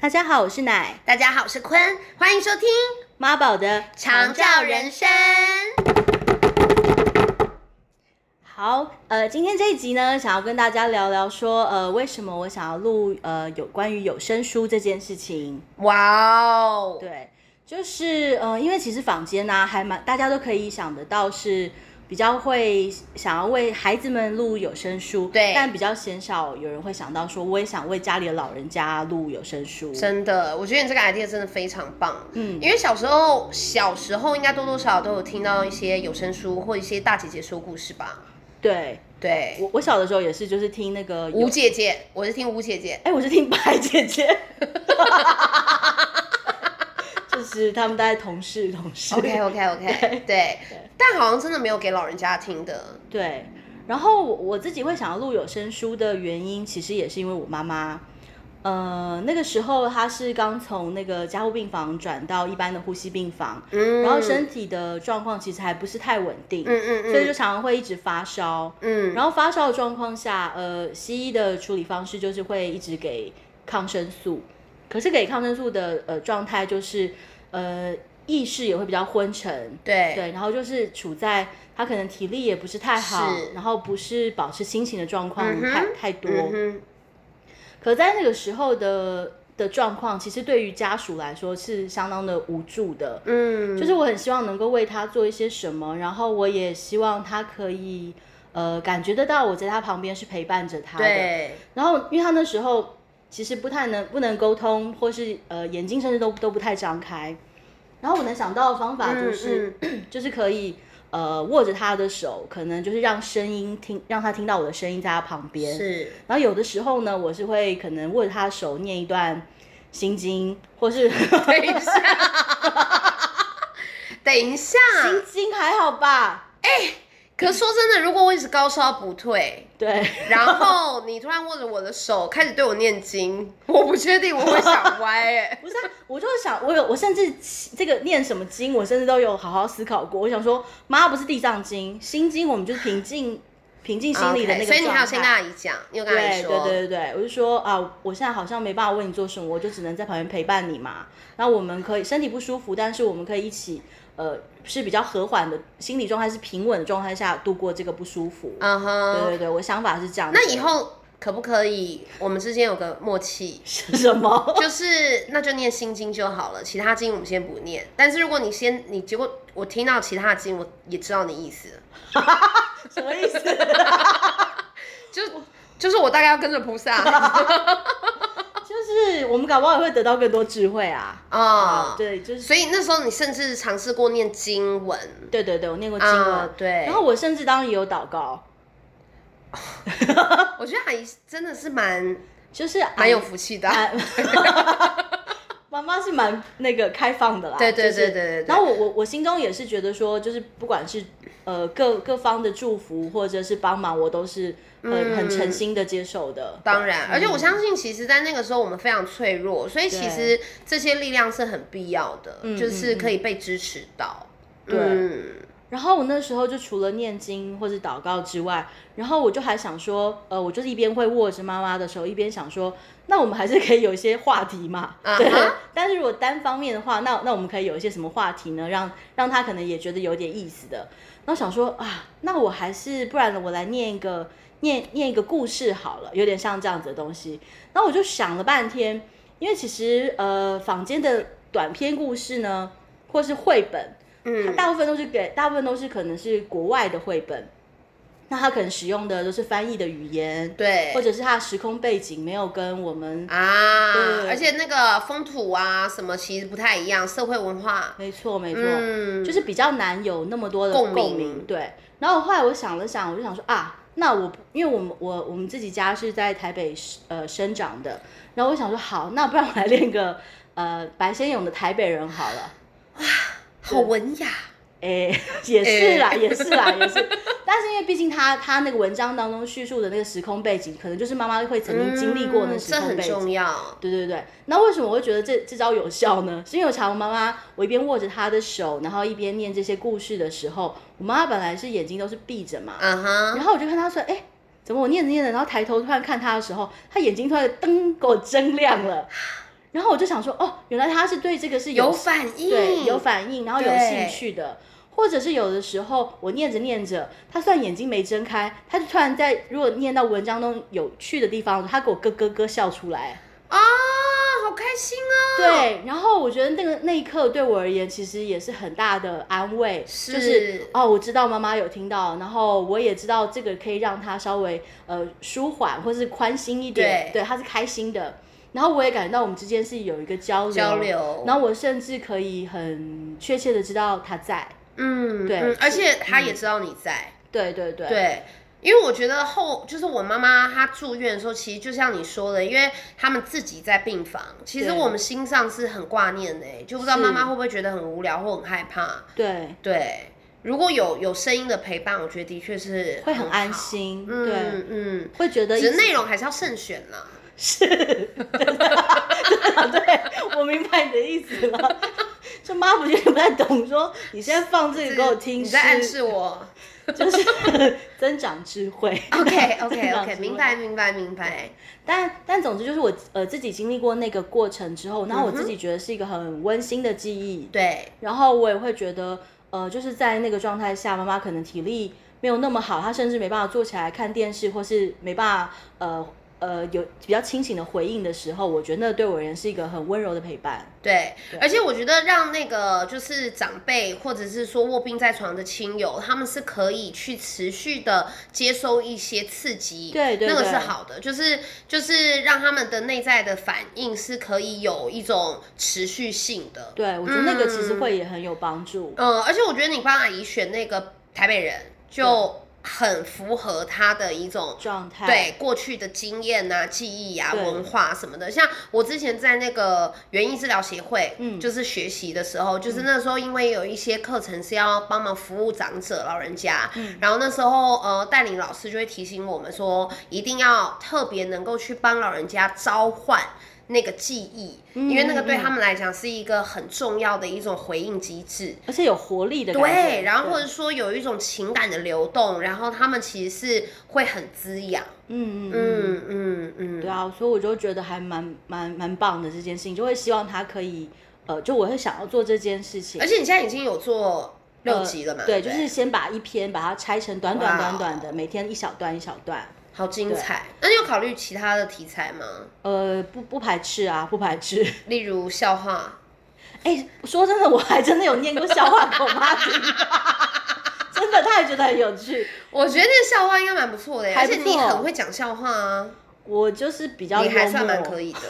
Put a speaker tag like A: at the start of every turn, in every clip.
A: 大家好，我是奶
B: 大家好，我是坤，欢迎收听《
A: 妈宝的
B: 长照人生》。
A: 好，呃，今天这一集呢，想要跟大家聊聊说，呃，为什么我想要录呃有关于有声书这件事情。
B: 哇哦，
A: 对，就是呃，因为其实坊间呢、还蛮大家都可以想得到是比较会想要为孩子们录有声书，
B: 对
A: 但比较鲜少有人会想到说，我也想为家里的老人家录有声书。
B: 真的，我觉得你这个 idea 真的非常棒。
A: 嗯
B: 因为小时候，小时候应该多多少少都有听到一些有声书或一些大姐姐说故事吧？
A: 对
B: 对，
A: 我我小的时候也是，就是听那个有
B: 吴姐姐，我是听吴 姐姐。
A: 哎、我是听白姐姐， 就是他们大概同事同事。
B: OK OK OK，对，但好像真的没有给老人家听的。
A: 对，然后我我自己会想要录有声书的原因，其实也是因为我妈妈，呃，那个时候她是刚从那个加护病房转到一般的呼吸病房，
B: 嗯，
A: 然后身体的状况其实还不是太稳定，
B: 嗯嗯嗯，
A: 所以就常常会一直发烧。
B: 嗯，
A: 然后发烧的状况下，呃，西医的处理方式就是会一直给抗生素，可是给抗生素的呃状态就是，呃，意识也会比较昏沉，
B: 对
A: 对，然后就是处在他可能体力也不是太好，
B: 是
A: 然后不是保持心情的状况
B: 嗯哼
A: 太、太多，
B: 嗯哼，
A: 可在那个时候的的状况，其实对于家属来说是相当的无助的，
B: 嗯，
A: 就是我很希望能够为他做一些什么，然后我也希望他可以呃感觉得到我在他旁边是陪伴着他的。
B: 对，
A: 然后因为他那时候其实不太能不能沟通，或是呃眼睛甚至都都不太张开。然后我能想到的方法
B: 嗯
A: 就是、 就是可以呃握着他的手，可能就是让声音听让他听到我的声音在他旁边。
B: 是
A: 然后有的时候呢，我是会可能握着他的手念一段心经，或是
B: 等一下，等一下。
A: 心经还好吧？
B: 可说真的，如果我一直高烧不退，
A: 对，
B: 然后你突然握着我的手开始对我念经，我不确定我会想歪哎、
A: 不是、啊，我就想，我有，我甚至这个念什么经，我甚至都有好好思考过。我想说，妈不是地藏经，心经，我们就是平静平静 心理的那
B: OK，
A: 个
B: 所以你还
A: 状
B: 有先跟阿
A: 态。
B: 姨讲，你有跟阿
A: 对对
B: 姨说，
A: 对对对，我就说啊，我现在好像没办法为你做什么，我就只能在旁边陪伴你嘛。然后我们可以身体不舒服，但是我们可以一起，呃，是比较和缓的心理状态，是平稳的状态下度过这个不舒服。
B: 嗯哼、
A: 对对对，我想法是这样子。？
B: 那以后可不可以我们之间有个默契
A: 是 什么？
B: 就是，那就念心经就好了，其他经我们先不念。但是如果你先，你结果我听到其他经，我也知道你意思了，
A: 什么意思？
B: 就就是我大概要跟着 菩萨
A: 就是我们搞不好也会得到更多智慧啊。
B: 哦
A: 啊，，对，就是
B: 所以那时候你甚至尝试过念经文
A: 对对对，我念过经文。
B: 啊，对。
A: 然后我甚至当然也有祷告，
B: 我觉得阿姨真的是蛮
A: 就是啊
B: 蛮有福气的啊、
A: 啊 妈妈是蛮那个开放的啦。
B: 对对
A: 就是
B: 对对对对
A: 然后我我我心中也是觉得说，就是不管是呃各各方的祝福或者是帮忙，我都是很、很诚心的接受的。
B: 嗯当然，而且我相信，其实，在那个时候我们非常脆弱，所以其实这些力量是很必要的，就是可以被支持到。
A: 对
B: 嗯
A: 然后我那时候就除了念经或者祷告之外，然后我就还想说，呃，我就是一边会握着妈妈的手，一边想说，那我们还是可以有一些话题嘛
B: 啊哈
A: 对。但是如果单方面的话，那那我们可以有一些什么话题呢？让让他可能也觉得有点意思的。然后想说啊，那我还是不然我来念一个念念一个故事好了，有点像这样子的东西。然后我就想了半天，因为其实呃，坊间的短篇故事呢，或是绘本。它
B: 嗯，
A: 大部分都是给，大部分都是可能是国外的绘本，那它可能使用的都是翻译的语言，
B: 对
A: 或者是它的时空背景没有跟我们，
B: 啊
A: 对，
B: 而且那个风土啊什么其实不太一样，社会文化，
A: 没错没错，
B: 嗯，
A: 就是比较难有那么多的
B: 共鸣
A: 对，然后后来我想了想，我就想说啊，那我因为我们我我们自己家是在台北呃生长的，然后我想说好，那不然我来练个呃白先勇的台北人好了。
B: 好文雅。
A: 诶、哎 也是
B: 哎
A: 啦，也是啦，也是。 但是因为毕竟他他那个文章当中叙述的那个时空背景，可能就是妈妈会曾经经历过的
B: 嗯
A: 时
B: 这
A: 空
B: 很
A: 背景。
B: 重要。
A: 对对对，那为什么我会觉得这这招有效呢？是因为我常我妈妈，我一边握着她的手，然后一边念这些故事的时候，我妈妈本来是眼睛都是闭着嘛，
B: 嗯哼，
A: 然后我就看她说，哎、怎么我念着念着，然后抬头突然看她的时候，她眼睛突然噔给我睁亮了，然后我就想说，哦，原来他是对这个是有
B: 有反应
A: 对，有反应，然后有兴
B: 对
A: 趣的。或者是有的时候我念着念着，他虽然眼睛没睁开，他就突然在如果念到文章中有趣的地方，他给我咯咯咯笑出来。
B: 啊、好开心哦！
A: 对，然后我觉得那个那一刻对我而言，其实也是很大的安慰，
B: 是
A: 就是哦，我知道妈妈有听到，然后我也知道这个可以让她稍微呃舒缓或是宽心一点，
B: 对
A: 对，她是开心的。然后我也感觉到我们之间是有一个交流，
B: 交流
A: 然后我甚至可以很确切的知道她在，
B: 嗯，
A: 对
B: 嗯而且他也知道你在，
A: 对对对，
B: 对。因为我觉得后就是我妈妈她住院的时候，其实就像你说的，因为他们自己在病房，其实
A: 对
B: 我们心上是很挂念的欸、就不知道
A: 是
B: 妈妈会不会觉得很无聊或很害怕。
A: 对
B: 对，如果有有声音的陪伴，我觉得的确是
A: 会很
B: 好
A: 安。心，对，
B: 嗯嗯，
A: 会觉得一
B: 只
A: 直
B: 是内容还是要慎选啦。
A: 是， 对，我明白你的意思了。就妈不就是不太懂，说你现在放这个给我听，
B: 你在暗
A: 是
B: 示 我。
A: 就是增长智慧。
B: OK
A: 增
B: OK
A: 长
B: OK，
A: 智慧
B: 明白明白明白。
A: 但但总之就是我呃自己经历过那个过程之后，然后我
B: 嗯
A: 自己觉得是一个很温馨的记忆。
B: 对，
A: 然后我也会觉得，呃，就是在那个状态下，妈妈可能体力没有那么好，她甚至没办法坐起来看电视，或是没办法呃呃有比较清醒的回应的时候，我觉得那对我而言是一个很温柔的陪伴。
B: 对，而且我觉得让那个就是长辈或者是说卧病在床的亲友，他们是可以去持续的接收一些刺激，
A: 对对
B: 那个
A: 对
B: 是好的，就是就是让他们的内在的反应是可以有一种持续性的。
A: 对，我觉得那个其实会也很有帮助。
B: 嗯，而且我觉得你帮阿姨选那个台北人就很符合她的一种
A: 状态。
B: 对过去的经验呐、记忆呀、
A: 对
B: 文化什么的。像我之前在那个园艺治疗协会，
A: 嗯
B: 就是学习的时候，就是那时候因为有一些课程是要帮忙服务长者、老人家，
A: 嗯
B: 然后那时候呃，带领老师就会提醒我们说，一定要特别能够去帮老人家召唤。那个记忆，因为那
A: 嗯
B: 个对他们来讲是一个很重要的一种回应机制。
A: 而且有活力的感觉。
B: 对，然后或者说有一种情感的流动，然后他们其实是会很滋养。
A: 嗯嗯嗯，
B: 嗯嗯嗯，
A: 对啊，所以我就觉得还蛮蛮蛮棒的这件事情，就会希望他可以，呃，就我会想要做这件事情
B: 而。且你现在已经有做六集了嘛？
A: 呃对，
B: 不
A: 就是先把一篇把它拆成短短
B: 哇哦
A: 短短的，每天一小段一小段。
B: 好精彩。那你有考虑其他的题材吗？
A: 呃，不不排斥啊，不排斥。
B: 例如笑话。
A: 哎、说真的，我还真的有 念过笑话给我妈听， 真的，她也觉得很有趣。
B: 我觉得那笑话应该蛮不错的耶，而
A: 还不
B: 且
A: 错
B: 你很会讲笑话啊，
A: 我就是比较
B: 你还算
A: 幽默
B: 蛮可以 的。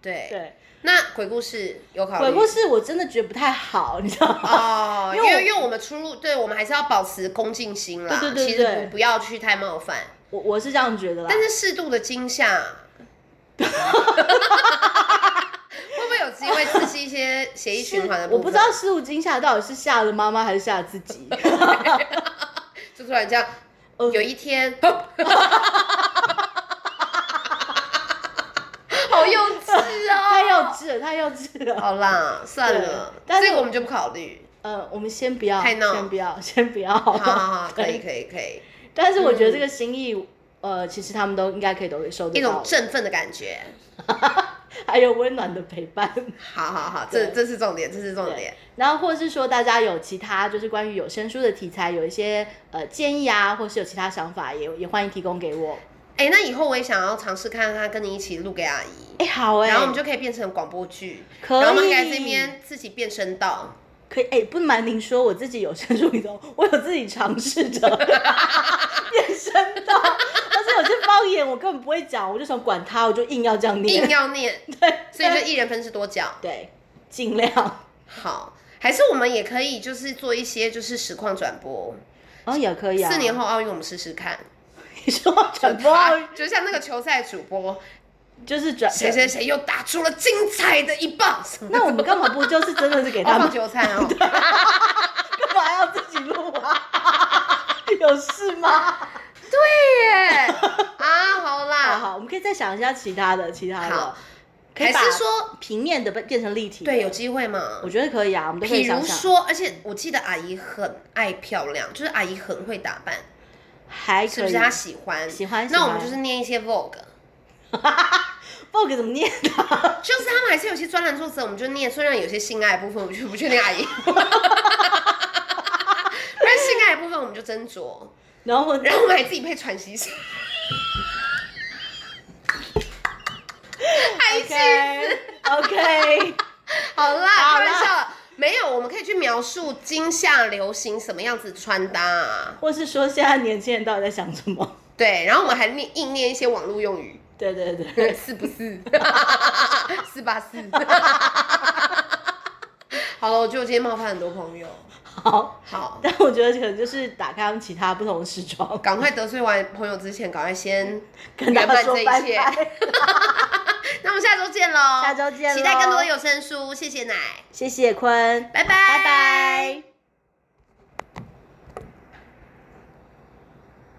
B: 对，
A: 对，
B: 那鬼故事有考虑？
A: 鬼故事我真的觉得不太好，你知道吗？
B: 哦，因
A: 因为我
B: 为因为我们出入，对我们还是要保持恭敬心啦。
A: 对对对
B: 其实
A: 对
B: 不不要去太冒犯，
A: 我我是这样觉得啦。
B: 但是适度的惊吓，会不会有机会刺激一些血液循环的部分？
A: 我不知道十五惊吓到底是吓了妈妈还是吓了自己。
B: 就突然这样，有一天，
A: 呃
B: 好幼稚啊！
A: 太幼稚了，太幼稚了。
B: 好啦，算了
A: 对，但是
B: 这个我们就不考虑。
A: 呃，我们先不要，
B: 太闹
A: 先不要，先不要。
B: 好好好，可以
A: 哦对。
B: 可以可以，
A: 但是我觉得这个心意，呃，其实他们都应该可以都收
B: 嗯一
A: 得
B: 种
A: 到，
B: 振奋的感觉。
A: 还有温暖的陪伴。
B: 好好好，这
A: 对
B: 这是重点，这是重点。
A: 然后或是说大家有其他就是关于有声书的题材，有一些呃建议啊，或是有其他想法，也也欢迎提供给我。
B: 哎，那以后我也想要尝试看看，跟你一起录给阿姨。
A: 哎，好哎，
B: 然后我们就可以变成广播剧，
A: 可以
B: 然后我们可以在这边自己变声道，
A: 可以哎，不瞒您说，我自己有声书里头，我有自己尝试着 变声道，但是有些方言我根本不会讲，我就想管他，我就硬要这样
B: 硬
A: 念，
B: 要念，
A: 对，
B: 所以就一人分饰多角。
A: 对，尽量，
B: 好，还是我们也可以就是做一些就是实况转播，
A: 哦也可以啊。
B: 四年后奥运我们试试看。
A: 你说转播
B: 就像那个球赛主播，
A: 就是转
B: 谁谁谁又打出了精彩的一棒，什么
A: 那我们干嘛不就是真的是给
B: 哦
A: 他们
B: 放球赛 哦，
A: 干嘛要自己录啊？ 有事吗？
B: 对耶，啊，好
A: 好
B: 啦，
A: 好，我们可以再想一下其他的，其他的
B: 好，
A: 可以
B: 还
A: 把
B: 是说
A: 平面的变变成立体。
B: 对，有，机会嘛
A: 我？觉得可以啊，我们都可
B: 比
A: 以
B: 如
A: 想想。
B: 说，而且我记得阿姨很爱漂亮，就是阿姨很会打扮，
A: 还
B: 是
A: 可
B: 不
A: 以
B: 是她喜欢？
A: 喜欢喜欢
B: 那我们就是念一些 Vogue，
A: bug 怎么 念的啊？
B: 就是他们还是有些专栏作者，我们就念，虽然有些性爱的部分，我就 不确定阿姨。但性爱的部分我们就斟酌，
A: 然后我
B: 然后我们还自己配喘息声，还去
A: OK OK，
B: 好啦，
A: 好啦
B: 开玩笑了，没有，我们可以去描述今夏流行什么样子穿搭、啊，
A: 或是说现在年轻人到底在想什么？
B: 对，然后我们还念硬念一些网络用语，
A: 对对对，
B: 是不是？ 是吧？是。 好了，我觉得我今天冒犯很多朋友，
A: 好。
B: 好，
A: 但我觉得可能就是打开他们其他不同的时装，
B: 赶快得罪完朋友之前，赶快先
A: 跟大
B: 圆
A: 家
B: 满
A: 说
B: 这一
A: 拜
B: 切。
A: 拜。
B: 那我们下周见喽！
A: 下周见咯
B: 期待更多有声书，谢谢奶，
A: 谢谢坤，
B: 拜拜，
A: 拜拜。